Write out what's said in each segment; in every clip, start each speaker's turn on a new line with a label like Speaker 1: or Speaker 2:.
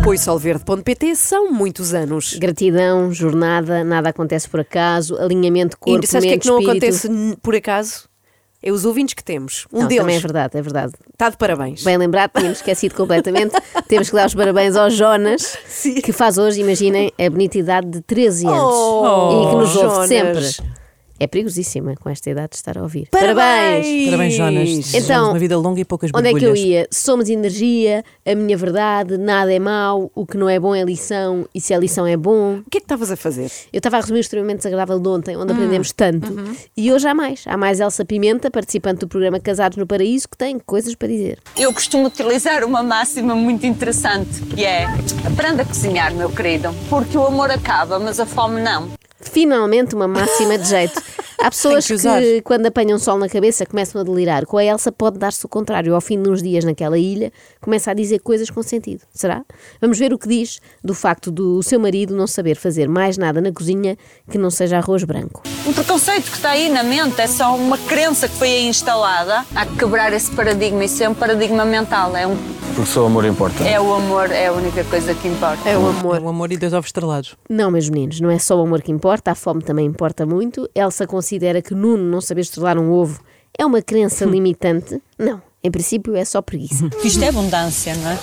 Speaker 1: Apoio solverde.pt são muitos anos.
Speaker 2: Gratidão, jornada, nada acontece por acaso, alinhamento corpo,
Speaker 1: e sabes o que é
Speaker 2: mente,
Speaker 1: que não
Speaker 2: espírito.
Speaker 1: acontece n- por acaso? É os ouvintes que temos. Um
Speaker 2: Não, também é
Speaker 1: deles
Speaker 2: verdade, é verdade.
Speaker 1: está de parabéns.
Speaker 2: Bem lembrado, tínhamos esquecido completamente. Temos que dar os parabéns ao Jonas,
Speaker 1: Sim.
Speaker 2: que faz hoje, imaginem, a bonita idade de 13 anos.
Speaker 1: Oh,
Speaker 2: e que nos ouve
Speaker 1: Jonas.
Speaker 2: sempre. É perigosíssima com esta idade de estar a ouvir.
Speaker 3: Parabéns, Jonas. Desejamos
Speaker 2: Então,
Speaker 3: uma vida longa e poucas
Speaker 2: Onde é que eu
Speaker 3: borbulhas.
Speaker 2: ia? Somos energia, a minha verdade, nada é mau, o que não é bom é lição, e se a lição é bom.
Speaker 1: O que é que estavas a fazer?
Speaker 2: Eu estava a resumir o extremamente desagradável de ontem,
Speaker 3: Uhum.
Speaker 2: onde aprendemos tanto. E hoje há mais. Há mais Elsa Pimenta, participante do programa Casados no Paraíso, que tem coisas para dizer.
Speaker 4: Eu costumo utilizar uma máxima muito interessante, que é aprenda a cozinhar, meu querido, porque o amor acaba, mas a fome não.
Speaker 2: Finalmente, uma máxima de jeito. Há pessoas
Speaker 3: que
Speaker 2: que,
Speaker 3: usar.
Speaker 2: quando apanham sol na cabeça, começam a delirar. Com a Elsa, pode dar-se o contrário. Ao fim de uns dias naquela ilha, começa a dizer coisas com sentido. Será? Vamos ver o que diz do facto do seu marido não saber fazer mais nada na cozinha que não seja arroz branco.
Speaker 4: O Um preconceito que está aí na mente é só uma crença que foi aí instalada. Há que quebrar esse paradigma, isso é um paradigma mental, é, um-
Speaker 5: Porque só o amor importa.
Speaker 4: é o amor, é a única coisa que importa.
Speaker 1: É o
Speaker 3: É
Speaker 1: amor.
Speaker 3: o amor e dois ovos estrelados.
Speaker 2: Não, meus meninos, não é só o amor que importa, a fome também importa muito. Elsa considera que Nuno não saber estrelar um ovo é uma crença
Speaker 3: Hum.
Speaker 2: limitante. Não, em princípio é só preguiça.
Speaker 4: Isto é abundância, não é?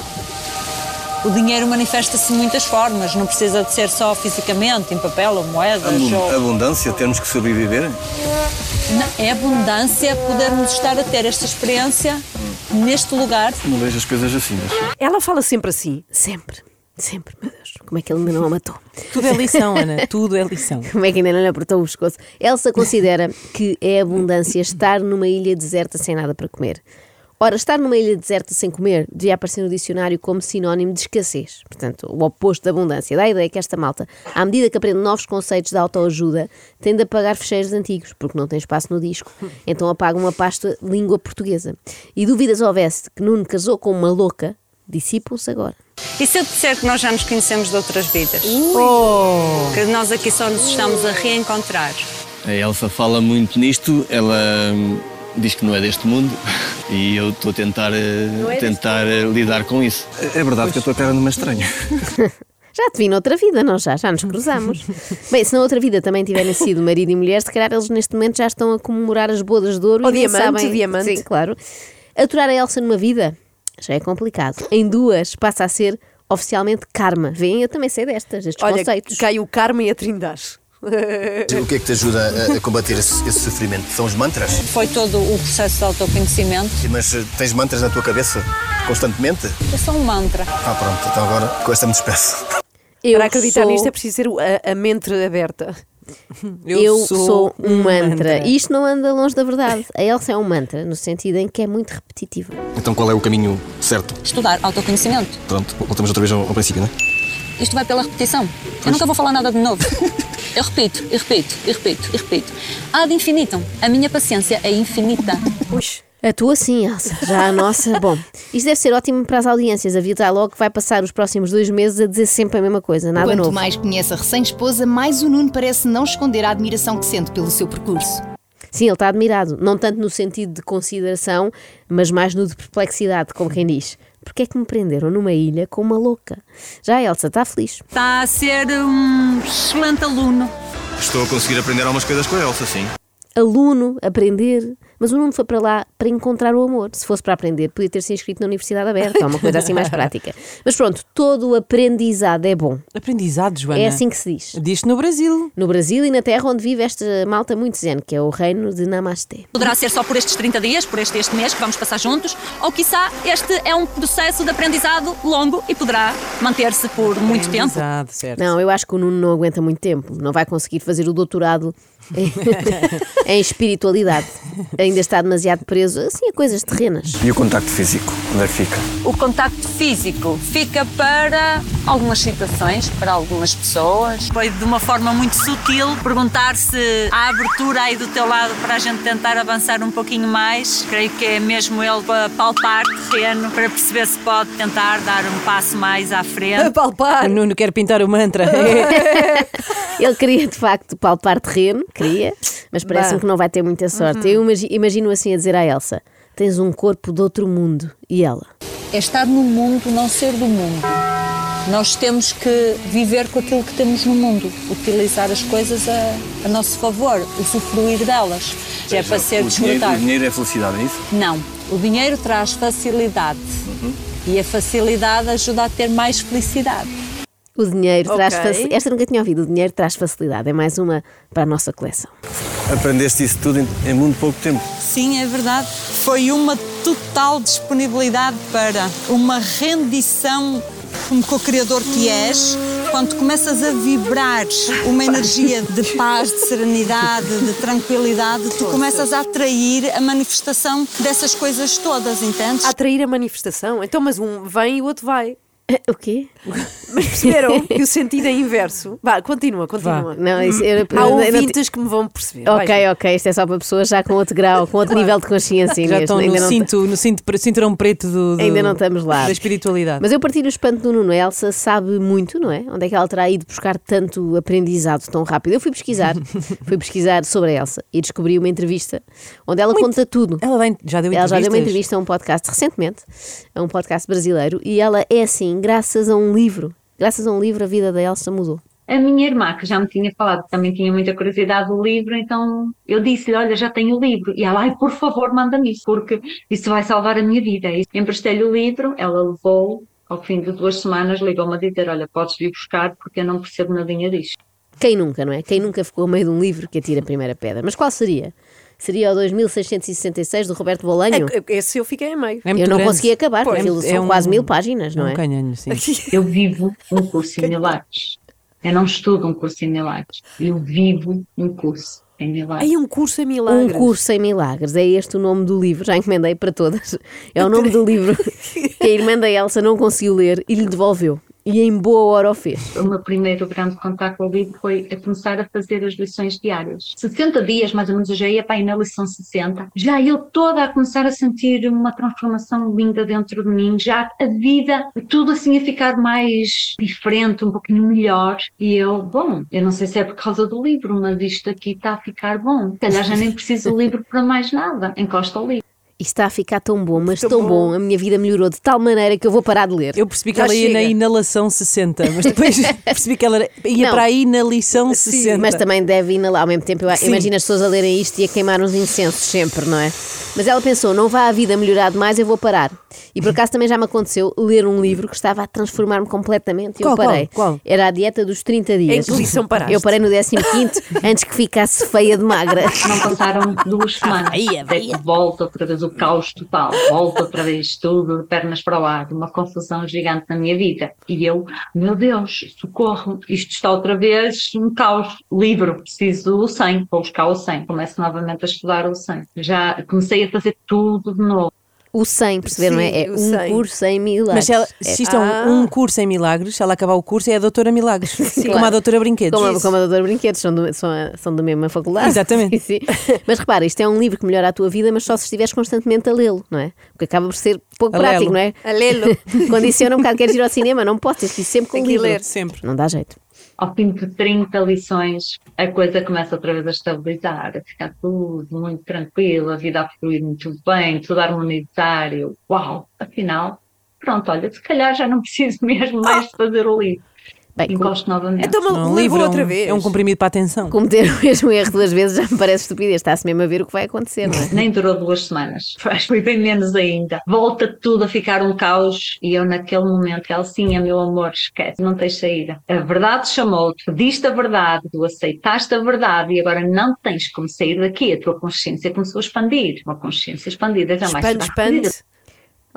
Speaker 4: O dinheiro manifesta-se de muitas formas, não precisa de ser só fisicamente, em papel ou moedas.
Speaker 5: Abu- Abundância, temos que sobreviver.
Speaker 4: É abundância podermos estar a ter esta experiência neste lugar.
Speaker 5: Não vejo as coisas assim, mas.
Speaker 1: Ela fala sempre assim.
Speaker 2: sempre, sempre, meu Deus, como é que ele ainda não a matou?
Speaker 3: Tudo é lição, Ana. Tudo é lição.
Speaker 2: Como é que ainda não lhe apertou o pescoço? Elsa considera que é abundância estar numa ilha deserta sem nada para comer. Ora, estar numa ilha deserta sem comer devia aparecer no dicionário como sinónimo de escassez. Portanto, o oposto da abundância. Dá a ideia que esta malta, à medida que aprende novos conceitos de autoajuda, tende a pagar fecheiros antigos, porque não tem espaço no disco. Então apaga uma pasta língua portuguesa. E dúvidas houvesse que Nuno casou com uma louca, dissipam-se agora.
Speaker 4: E se eu te disser que nós já nos conhecemos de outras vidas? Oh. Que nós aqui só nos estamos a reencontrar.
Speaker 6: A Elsa fala muito nisto, ela hum, diz que não é deste mundo e eu estou a tentar, eh, tentar eh, lidar com isso.
Speaker 5: É é verdade que a tua cara não é estranha.
Speaker 2: Já te vi noutra vida, nós já, já nos cruzamos. Bem, se na outra vida também tiverem sido marido e mulher, se calhar eles neste momento já estão a comemorar as bodas de ouro
Speaker 1: Ou
Speaker 2: e nem
Speaker 1: diamante,
Speaker 2: sabem...
Speaker 1: diamante.
Speaker 2: Sim, claro. Aturar a Elsa numa vida já é complicado. Em duas passa a ser oficialmente karma. Vêem, eu também sei destas, destes
Speaker 1: Olha,
Speaker 2: conceitos.
Speaker 1: cai o Carmo e a Trindade.
Speaker 7: O que é que te ajuda a, a combater esse, esse sofrimento? São os mantras?
Speaker 4: Foi todo o processo de autoconhecimento.
Speaker 7: Mas eh, tens mantras na tua cabeça constantemente?
Speaker 4: É só um mantra.
Speaker 7: Ah, pronto, então agora com esta me despeço.
Speaker 2: Eu
Speaker 1: Para acreditar
Speaker 2: sou-
Speaker 1: nisto é preciso ter o- a, a mente aberta.
Speaker 2: Eu, sou, um mantra. E isto não anda longe da verdade. A Elsa é um mantra, no sentido em que é muito repetitiva.
Speaker 5: Então qual é o caminho certo?
Speaker 4: Estudar autoconhecimento.
Speaker 5: Pronto, voltamos outra vez ao, ao princípio, não é?
Speaker 4: Isto vai pela repetição. Eu nunca vou falar nada de novo. Eu repito, e repito, e repito, e repito. Ad infinitum. A minha paciência é infinita.
Speaker 1: Pois.
Speaker 2: A tua sim, Elsa. Já a nossa, bom. Isto deve ser ótimo para as audiências. A Vita logo vai passar os próximos dois meses a dizer sempre a mesma coisa, nada
Speaker 8: Quanto
Speaker 2: novo.
Speaker 8: mais conhece a recém-esposa, mais o Nuno parece não esconder a admiração que sente pelo seu percurso.
Speaker 2: Sim, ele está admirado. Não tanto no sentido de consideração, mas mais no de perplexidade, como quem diz. Porquê é que me prenderam numa ilha com uma louca? Já a Elsa está feliz.
Speaker 4: Está a ser um excelente aluno.
Speaker 5: Estou a conseguir aprender algumas coisas com a Elsa, sim.
Speaker 2: Aluno, aprender. Mas o Nuno foi para lá para encontrar o amor. Se fosse para aprender, podia ter se inscrito na Universidade Aberta, ou uma coisa assim mais prática. Mas pronto, todo o aprendizado é bom.
Speaker 3: Aprendizado, Joana.
Speaker 2: É assim que se diz.
Speaker 3: Diz-te no Brasil.
Speaker 2: no Brasil e na terra onde vive esta malta muito zen, que é o reino de Namasté.
Speaker 4: Poderá ser só por estes 30 dias, por este este mês que vamos passar juntos, ou quiçá este é um processo de aprendizado longo e poderá manter-se por muito tempo.
Speaker 3: Aprendizado, certo.
Speaker 2: Não, eu acho que o Nuno não aguenta muito tempo, não vai conseguir fazer o doutorado em, em espiritualidade. Ainda está demasiado preso assim a coisas terrenas.
Speaker 5: E o contacto físico, onde é que fica?
Speaker 4: O contacto físico fica para algumas situações, para algumas pessoas. Foi de uma forma muito sutil perguntar se há abertura aí do teu lado para a gente tentar avançar um pouquinho mais. Creio que é mesmo ele para palpar terreno, para perceber se pode tentar dar um passo mais à
Speaker 1: A
Speaker 4: frente.
Speaker 1: palpar.
Speaker 3: O Ah, Nuno quer pintar o mantra.
Speaker 2: Ele queria de facto palpar terreno, queria, mas parece-me
Speaker 1: Bah.
Speaker 2: que não vai ter muita sorte. Eu imagi- imagino assim a dizer à Elsa: tens um corpo de outro mundo. E ela?
Speaker 4: É estar no mundo, não ser do mundo. Nós temos que viver com aquilo que temos no mundo, utilizar as coisas a, a nosso favor, usufruir delas. Já é para ser
Speaker 6: o dinheiro,
Speaker 4: desfrutar.
Speaker 6: o dinheiro é felicidade, é isso?
Speaker 4: Não. O dinheiro traz facilidade.
Speaker 6: Uhum.
Speaker 4: E a facilidade ajuda a ter mais felicidade.
Speaker 2: O dinheiro
Speaker 1: Ok.
Speaker 2: traz facilidade. Esta nunca tinha ouvido. O dinheiro traz facilidade. É mais uma para a nossa coleção.
Speaker 6: Aprendeste isso tudo em, em muito pouco tempo.
Speaker 4: Sim, é verdade. Foi uma total disponibilidade para uma rendição como co-criador que és. Quando começas a vibrar uma energia de paz, de serenidade, de tranquilidade, tu começas a atrair a manifestação dessas coisas todas, entendes?
Speaker 1: A atrair a manifestação. Então, mas um vem e o outro vai.
Speaker 2: O quê?
Speaker 1: Mas perceberam que o sentido é inverso. Vá, continua, continua.
Speaker 2: Não, isso era
Speaker 1: Há
Speaker 2: eu não-
Speaker 1: ouvintes que me vão perceber. Vai,
Speaker 2: Ok, ok, isto é só para pessoas já com outro grau, com outro nível de consciência.
Speaker 3: Já
Speaker 2: Inês.
Speaker 3: estão
Speaker 2: ainda,
Speaker 3: no,
Speaker 2: não,
Speaker 3: cinto, no cinto, pre- cinturão preto do, do-
Speaker 2: ainda não estamos lá.
Speaker 3: da espiritualidade.
Speaker 2: Mas eu partilho o espanto do Nuno. A Elsa sabe muito, não é? Onde é que ela terá ido buscar tanto aprendizado tão rápido? Eu fui pesquisar, fui pesquisar sobre a Elsa e descobri uma entrevista onde ela conta tudo.
Speaker 3: Ela vem- já deu
Speaker 2: Ela já deu uma
Speaker 3: entrevistas?
Speaker 2: entrevista a um podcast recentemente, a um podcast brasileiro, e ela é assim, graças a um livro. Graças a um livro, a vida da Elsa mudou.
Speaker 9: A minha irmã, que já me tinha falado, também tinha muita curiosidade do livro, então eu disse-lhe, olha, já tenho o livro. E ela, ai, por favor, manda-me isso, porque isso vai salvar a minha vida. E Emprestei-lhe o livro, ela levou, ao fim de duas semanas, ligou-me a dizer, olha, podes vir buscar, porque eu não percebo nadinha disto.
Speaker 2: Quem nunca, não é? Quem nunca ficou a meio de um livro que atira a primeira pedra? Mas qual seria? Seria o 2666 do Roberto Bolanho?
Speaker 1: É que- Esse eu fiquei a meio.
Speaker 3: É muito
Speaker 2: Eu não
Speaker 3: grande.
Speaker 2: consegui acabar,
Speaker 3: Pois,
Speaker 2: porque aquilo
Speaker 3: é
Speaker 2: são
Speaker 3: um-
Speaker 2: quase mil páginas, não
Speaker 3: é
Speaker 2: é?
Speaker 3: um canhão, sim.
Speaker 9: Eu vivo um curso em milagres. Eu não estudo um curso em milagres. Eu vivo um curso em milagres.
Speaker 1: Aí um curso é
Speaker 2: Um
Speaker 1: milagre.
Speaker 2: curso em milagres, é este o nome do livro, já encomendei para todas. É o nome do livro que a irmã da Elsa não conseguiu ler e lhe devolveu. E em boa hora o fez.
Speaker 9: O meu primeiro grande contato ao livro foi a começar a fazer as lições diárias. 60 dias, mais ou menos, eu já ia para aí na lição 60. Já eu toda a começar a sentir uma transformação linda dentro de mim, já a vida, tudo assim a ficar mais diferente, um pouquinho melhor. E eu, bom, eu não sei se é por causa do livro, mas isto aqui está a ficar bom. Se calhar já nem preciso do livro para mais nada. Encosta o livro.
Speaker 2: E está a ficar tão bom, mas
Speaker 1: Tão
Speaker 2: tão
Speaker 1: bom.
Speaker 2: bom, a minha vida melhorou de tal maneira que eu vou parar de ler.
Speaker 3: Eu percebi que
Speaker 1: Já
Speaker 3: ela ia na
Speaker 1: chega.
Speaker 3: inalação 60, mas depois percebi que ela era- ia
Speaker 2: Não.
Speaker 3: para a inalição 60.
Speaker 2: Mas também deve inalar ao mesmo tempo. Eu
Speaker 3: Sim.
Speaker 2: imagino as pessoas a lerem isto e a queimar uns incensos sempre, não é? Mas ela pensou: não vá a vida melhorar demais, eu vou parar. E por acaso também já me aconteceu ler um livro que estava a transformar-me completamente e eu
Speaker 3: Qual, qual,
Speaker 2: parei.
Speaker 3: qual?
Speaker 2: Era a dieta dos 30 dias.
Speaker 1: Em que lição paraste?
Speaker 2: Eu parei no 15 antes que ficasse feia de magra.
Speaker 9: Não passaram duas semanas. Daí Volta outra vez o caos total. Volta outra vez tudo, pernas para o ar. Uma confusão gigante na minha vida. E eu, meu Deus, socorro. Isto está outra vez um caos. Livro, preciso o 100. Vou buscar o 100. Começo novamente a estudar o 100. Já comecei a fazer tudo de novo.
Speaker 2: O 100, perceberam?
Speaker 1: Sim,
Speaker 2: é é
Speaker 1: o
Speaker 2: um
Speaker 1: 100.
Speaker 2: curso em milagres.
Speaker 3: Mas se, ela,
Speaker 2: É-
Speaker 3: se isto é um- um, curso em milagres, se ela acabar o curso, é a doutora Milagres. como
Speaker 2: claro.
Speaker 3: a doutora Brinquedos.
Speaker 2: Como a, como a Doutora Brinquedos, são, do, são, a- são da mesma faculdade.
Speaker 3: Exatamente.
Speaker 2: Sim, sim. Mas repara, isto é um livro que melhora a tua vida, mas só se estiveres constantemente a lê-lo, não é? Porque acaba por ser pouco
Speaker 3: A
Speaker 2: prático,
Speaker 3: lê-lo.
Speaker 2: não é?
Speaker 1: A lê-lo.
Speaker 2: Condiciona um bocado, queres ir ao cinema, não podes, tens que ir sempre com
Speaker 1: Tem
Speaker 2: o
Speaker 1: que ir
Speaker 2: livro.
Speaker 1: ler.
Speaker 3: Sempre.
Speaker 2: Não dá jeito.
Speaker 9: Ao fim de 30 lições, a coisa começa outra vez a estabilizar, a ficar tudo muito tranquilo, a vida a fluir muito bem, tudo harmonizar. Eu, uau, afinal, pronto, olha, se calhar já não preciso mesmo mais de fazer É o livro.
Speaker 2: Bem, com-
Speaker 9: Encosto novamente.
Speaker 1: Então,
Speaker 3: Não,
Speaker 1: mas
Speaker 3: um
Speaker 1: levou
Speaker 3: livro é um-
Speaker 1: outra vez.
Speaker 3: É um comprimido para a atenção.
Speaker 2: cometer o mesmo erro duas vezes já me parece estupidez, está-se mesmo a ver o que vai acontecer, não é?
Speaker 9: Nem durou duas semanas. Acho que foi bem menos ainda. Volta tudo a ficar um caos e eu naquele momento, Elcinha, meu amor, esquece, não tens saída. A verdade chamou-te, pediste a verdade, tu aceitaste a verdade e agora não tens como sair daqui. A tua consciência começou a expandir. Uma consciência expandida jamais
Speaker 1: Expande,
Speaker 9: será recolhida.
Speaker 1: expande.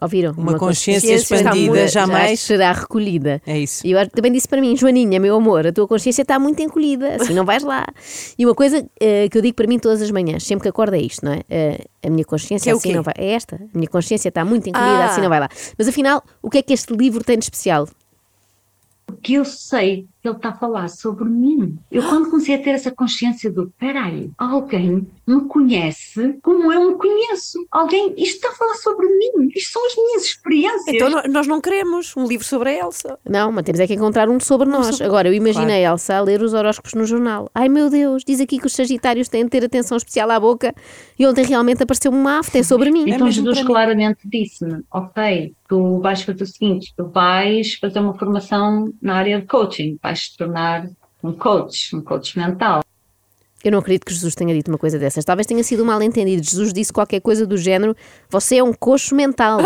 Speaker 2: Ouviram?
Speaker 3: Uma, consciência,
Speaker 1: consciência está
Speaker 3: expandida
Speaker 1: muito-
Speaker 3: jamais.
Speaker 2: será recolhida.
Speaker 3: É isso.
Speaker 2: E eu acho- também disse para mim, Joaninha, meu amor, a tua consciência está muito encolhida, assim não vais lá. E uma coisa eh, que eu digo para mim todas as manhãs, sempre que acordo é isto, não é? Eh, a minha consciência
Speaker 1: Que é o
Speaker 2: assim
Speaker 1: quê?
Speaker 2: não vai. É esta, a minha consciência está muito encolhida,
Speaker 1: Ah.
Speaker 2: assim não vai lá. Mas afinal, o que é que este livro tem de especial?
Speaker 9: que eu sei ele está a falar sobre mim. Eu quando comecei a ter essa consciência do, peraí, alguém me conhece como eu me conheço. Alguém, isto está a falar sobre mim. Isto são as minhas experiências.
Speaker 1: Então no- nós não queremos um livro sobre a Elsa.
Speaker 2: Não, mas temos é que encontrar um sobre nós. Agora, eu imagino a Elsa a ler os horóscopos no jornal. Ai meu Deus, diz aqui que os Sagitários têm de ter atenção especial à boca e ontem realmente apareceu uma afta, é sobre mim.
Speaker 9: Então Jesus claramente disse-me, ok, tu vais fazer o seguinte, tu vais fazer uma formação na área de coaching, vais te tornar um coach, um coach mental.
Speaker 2: Eu não acredito que Jesus tenha dito uma coisa dessas. Talvez tenha sido um mal-entendido. Jesus disse qualquer coisa do género: você é um coxo mental,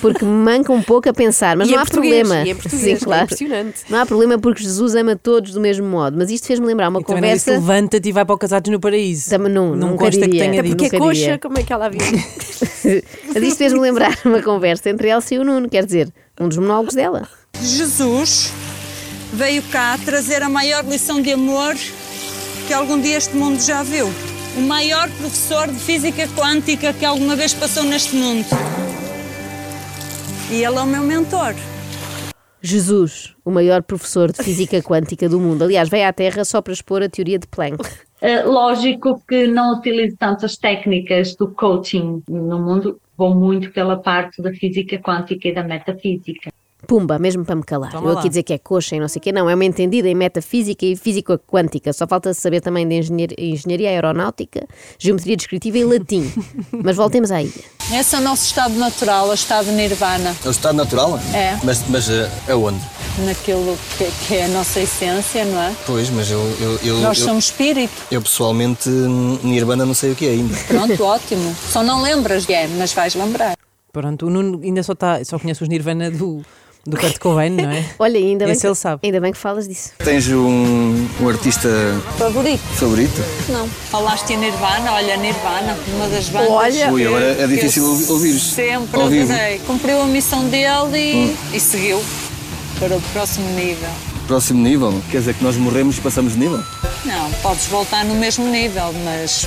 Speaker 2: porque me manca um pouco a pensar. Mas
Speaker 1: E
Speaker 2: não
Speaker 1: em
Speaker 2: há
Speaker 1: português,
Speaker 2: problema.
Speaker 1: e em português,
Speaker 2: Sim,
Speaker 1: é
Speaker 2: claro.
Speaker 1: impressionante.
Speaker 2: Não há problema porque Jesus ama todos do mesmo modo. Mas isto fez-me lembrar uma
Speaker 3: E também não é disse,
Speaker 2: conversa.
Speaker 3: levanta-te e vai para o Casados no Paraíso.
Speaker 2: Também não-
Speaker 3: não
Speaker 2: nunca
Speaker 3: consta que
Speaker 2: diria.
Speaker 3: tenha
Speaker 2: Até
Speaker 3: dito.
Speaker 1: Porque
Speaker 2: Nunca
Speaker 1: a coxa,
Speaker 2: diria.
Speaker 1: como é que ela viu?
Speaker 2: Mas isto fez-me lembrar uma conversa entre Elsa e o Nuno, quer dizer, um dos monólogos dela.
Speaker 4: Jesus veio cá trazer a maior lição de amor que algum dia este mundo já viu. O maior professor de física quântica que alguma vez passou neste mundo. E ele é o meu mentor.
Speaker 2: Jesus, o maior professor de física quântica do mundo. Aliás, veio à Terra só para expor a teoria de Planck.
Speaker 9: Eh, lógico que não utilizo tantas técnicas do coaching no mundo, vou muito pela parte da física quântica e da metafísica.
Speaker 2: Pumba, mesmo para me calar.
Speaker 3: Toma
Speaker 2: eu
Speaker 3: lá.
Speaker 2: aqui dizer que é coxa e não sei o quê, não, é uma entendida em metafísica e física quântica. Só falta saber também de engenharia, engenharia aeronáutica, geometria descritiva e latim. Mas voltemos à ilha.
Speaker 4: Esse é o nosso estado natural, o estado nirvana,
Speaker 7: É o estado natural?
Speaker 4: É.
Speaker 7: Mas, mas eh, aonde?
Speaker 4: naquilo que, que é a nossa essência, não é?
Speaker 7: Pois, mas eu, eu, eu,
Speaker 4: Nós
Speaker 7: eu,
Speaker 4: somos espírito.
Speaker 7: eu pessoalmente, hum, Nirvana, não sei o que é ainda.
Speaker 4: Pronto, ótimo. Só não lembras, é, mas vais lembrar.
Speaker 3: Pronto, o Nuno ainda só, tá, só conhece os Nirvana do, do Kurt Cobain, não é?
Speaker 2: Olha, ainda bem,
Speaker 3: Esse
Speaker 2: que,
Speaker 3: ele sabe.
Speaker 2: ainda bem que falas disso.
Speaker 7: Tens um, um artista
Speaker 4: Favorito?
Speaker 7: favorito?
Speaker 4: Não. Falaste em Nirvana, olha, Nirvana, uma das bandas.
Speaker 1: Olha.
Speaker 4: que-
Speaker 7: Ui, agora é
Speaker 4: que eu
Speaker 7: difícil ouvi- ouvir.
Speaker 4: Sempre
Speaker 7: Ao vivo. Hum.
Speaker 4: adorei. Cumpriu a missão dele e, e seguiu para o próximo nível.
Speaker 7: Próximo nível? Quer dizer que nós morremos e passamos de nível?
Speaker 4: Não, podes voltar no mesmo nível, mas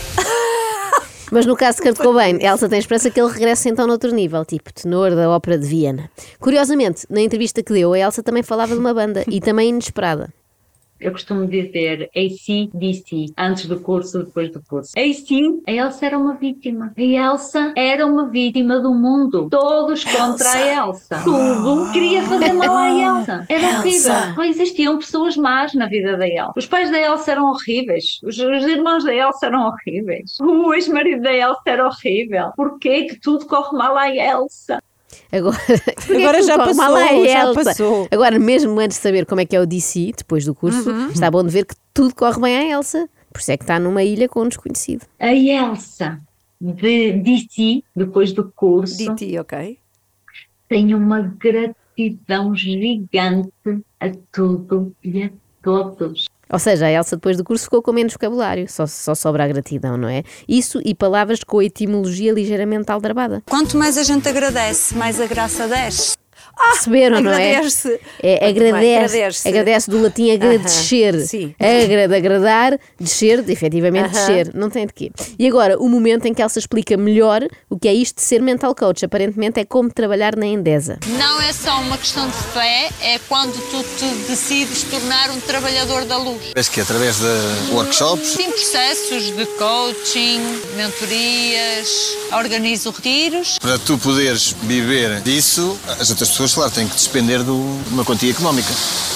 Speaker 2: Mas no caso de Kurt Cobain, Elsa tem esperança que ele regresse então noutro nível, tipo tenor da ópera de Viena. Curiosamente, na entrevista que deu, a Elsa também falava de uma banda e também inesperada.
Speaker 9: Eu costumo dizer AC/DC antes do curso, depois do curso. AC, a Elsa era uma vítima. A Elsa era uma vítima do mundo. Todos contra a Elsa.
Speaker 4: Ah.
Speaker 9: Tudo queria fazer mal à Elsa. Era horrível. Não existiam pessoas más na vida da Elsa. Os pais da Elsa eram horríveis. Os, os irmãos da Elsa eram horríveis. O ex-marido da Elsa era horrível. Porquê que tudo corre mal à Elsa?
Speaker 2: Agora, Porque é
Speaker 3: Agora
Speaker 2: que
Speaker 3: já
Speaker 2: tu-
Speaker 3: passou,
Speaker 2: Malá e
Speaker 3: já
Speaker 2: Elsa.
Speaker 3: passou.
Speaker 2: Agora, mesmo antes de saber como é que é o DC, depois do curso,
Speaker 3: Uhum.
Speaker 2: está bom de ver que tudo corre bem à Elsa. Por isso é que está numa ilha com um desconhecido.
Speaker 9: A Elsa de DC, depois do curso,
Speaker 1: De ti, ok?
Speaker 9: tenho uma gratidão gigante a tudo e a todos.
Speaker 2: Ou seja, a Elsa depois do curso ficou com menos vocabulário, só, só sobra a gratidão, não é? Isso e palavras com a etimologia ligeiramente aldrabada.
Speaker 4: quanto mais a gente agradece, mais a graça desce.
Speaker 3: Ah,
Speaker 2: Perceberam, não é?
Speaker 1: agradece.
Speaker 2: É,
Speaker 1: Muito bem,
Speaker 2: agradece,
Speaker 1: agradece.
Speaker 2: agradece do latim agradecer.
Speaker 1: Aham, sim.
Speaker 2: Agrada, agradar, descer, de efetivamente
Speaker 1: Aham.
Speaker 2: descer. Não tem de quê. E agora, o momento em que Elsa explica melhor o que é isto de ser mental coach. Aparentemente é como trabalhar na Endesa.
Speaker 4: Não é só uma questão de fé, é quando tu te decides tornar um trabalhador da luz.
Speaker 7: Parece que é através de workshops.
Speaker 4: Sim, processos de coaching, mentorias, organizo retiros.
Speaker 7: Para tu poderes viver disso, as outras pessoas, claro, têm que despender de uma quantia económica,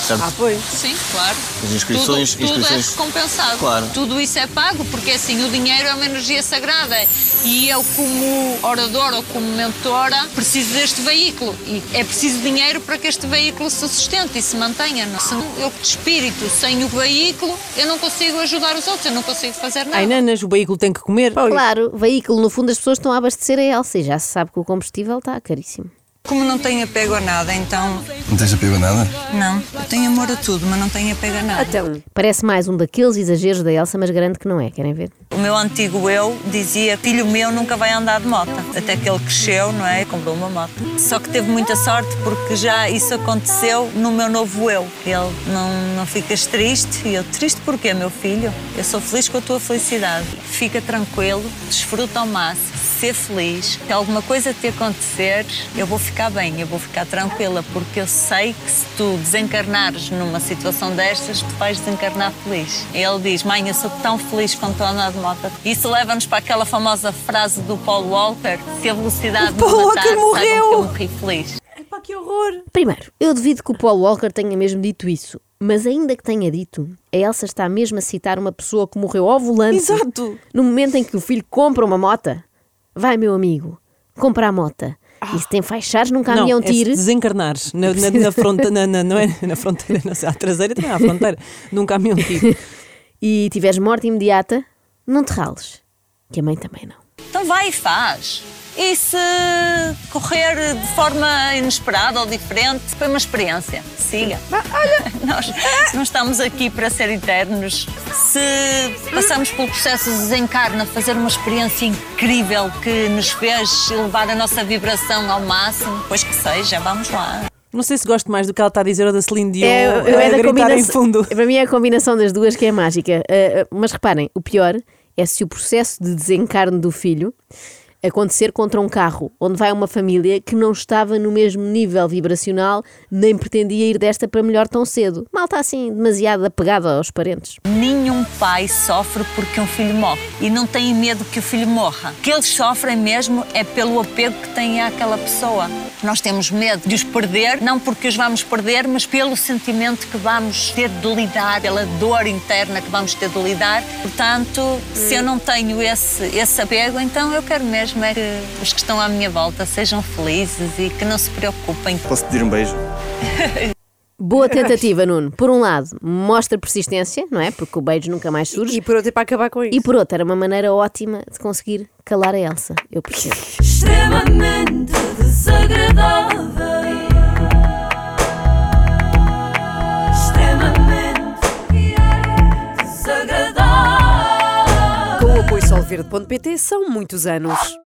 Speaker 7: certo?
Speaker 1: Ah, pois.
Speaker 4: Sim, claro.
Speaker 7: As inscrições-
Speaker 4: tudo, tudo
Speaker 7: inscrições.
Speaker 4: é recompensado.
Speaker 7: Claro.
Speaker 4: Tudo isso é pago, porque assim, o dinheiro é uma energia sagrada. E eu, como oradora ou como mentora, preciso deste veículo. E é preciso dinheiro para que este veículo se sustente e se mantenha. Não? Se não, eu, de espírito, sem o veículo, eu não consigo ajudar os outros, eu não consigo fazer nada.
Speaker 3: Ai, nanas, o veículo tem que comer.
Speaker 2: Claro, veículo, no fundo as pessoas estão a abastecer a Elsa e já se sabe que o combustível está caríssimo.
Speaker 4: Como não tenho apego a nada, então,
Speaker 7: Não tens apego a nada?
Speaker 4: não. Eu tenho amor a tudo, mas não tenho apego a nada.
Speaker 1: Então,
Speaker 2: Parece mais um daqueles exageros da Elsa, mas grande que não é, querem ver?
Speaker 4: O meu antigo eu dizia: Filho meu nunca vai andar de moto. Até que ele cresceu, não é? E Comprou uma moto. Só que teve muita sorte porque já isso aconteceu no meu novo eu. Ele não, não ficas triste. E eu: Triste porquê, meu filho? Eu sou feliz com a tua felicidade. Fica tranquilo, desfruta ao máximo. ser feliz. Se alguma coisa te acontecer, eu vou ficar bem, eu vou ficar tranquila, porque eu sei que se tu desencarnares numa situação destas, tu vais desencarnar feliz. E ele diz: Mãe, eu sou tão feliz quando andar de moto. Isso leva-nos para aquela famosa frase do Paul Walker: Se a velocidade
Speaker 1: O Paul
Speaker 4: me
Speaker 1: Walker
Speaker 4: matar, saibam que
Speaker 1: morreu!
Speaker 4: eu morri feliz.
Speaker 1: Epá, que horror!
Speaker 2: Primeiro, eu duvido que o Paul Walker tenha mesmo dito isso. Mas ainda que tenha dito, a Elsa está mesmo a citar uma pessoa que morreu ao volante
Speaker 1: Exato.
Speaker 2: no momento em que o filho compra uma mota. Vai, meu amigo, compra a mota. E se tem faixares num
Speaker 3: Ah. Não,
Speaker 2: caminhão
Speaker 3: é se
Speaker 2: tire,
Speaker 3: desencarnares na, na, na fronteira, na, na- não é na fronteira, não sei, à traseira também à fronteira, num caminhão tiro.
Speaker 2: e tiveres morte imediata, não te rales. Que a mãe também não.
Speaker 4: Então vai e faz. E se correr de forma inesperada ou diferente, foi uma experiência. Siga. Nós não estamos aqui para ser eternos. Se passamos pelo processo de desencarna, fazer uma experiência incrível que nos fez elevar a nossa vibração ao máximo, pois que seja, vamos lá.
Speaker 3: Não sei se gosto mais do que ela está a dizer ou da Celine Dion
Speaker 2: É, eu- eu
Speaker 3: a
Speaker 2: é da
Speaker 3: gritar em
Speaker 2: combinação-
Speaker 3: fundo.
Speaker 2: Para mim é a combinação das duas que é mágica. Ah, ah, mas reparem, o pior é se o processo de desencarne do filho acontecer contra um carro, onde vai uma família que não estava no mesmo nível vibracional, nem pretendia ir desta para melhor tão cedo. Mal está assim, demasiado apegada aos parentes.
Speaker 4: Nenhum pai sofre porque um filho morre e não tem medo que o filho morra. O que eles sofrem mesmo é pelo apego que têm àquela pessoa. Nós temos medo de os perder, não porque os vamos perder, mas pelo sentimento que vamos ter de lidar, pela dor interna que vamos ter de lidar. Portanto, se eu não tenho esse, esse apego, então eu quero mesmo é que os que estão à minha volta sejam felizes e que não se preocupem.
Speaker 5: Posso pedir um beijo?
Speaker 2: Boa tentativa, Nuno. Por um lado, mostra persistência, não é? Porque o beijo nunca mais surge.
Speaker 1: E por outro é para acabar com isso.
Speaker 2: E por outra, era uma maneira ótima de conseguir calar a Elsa. Eu percebo.
Speaker 10: extremamente desagradável. Extremamente desagradável.
Speaker 1: Com o apoio solverde.pt são muitos anos.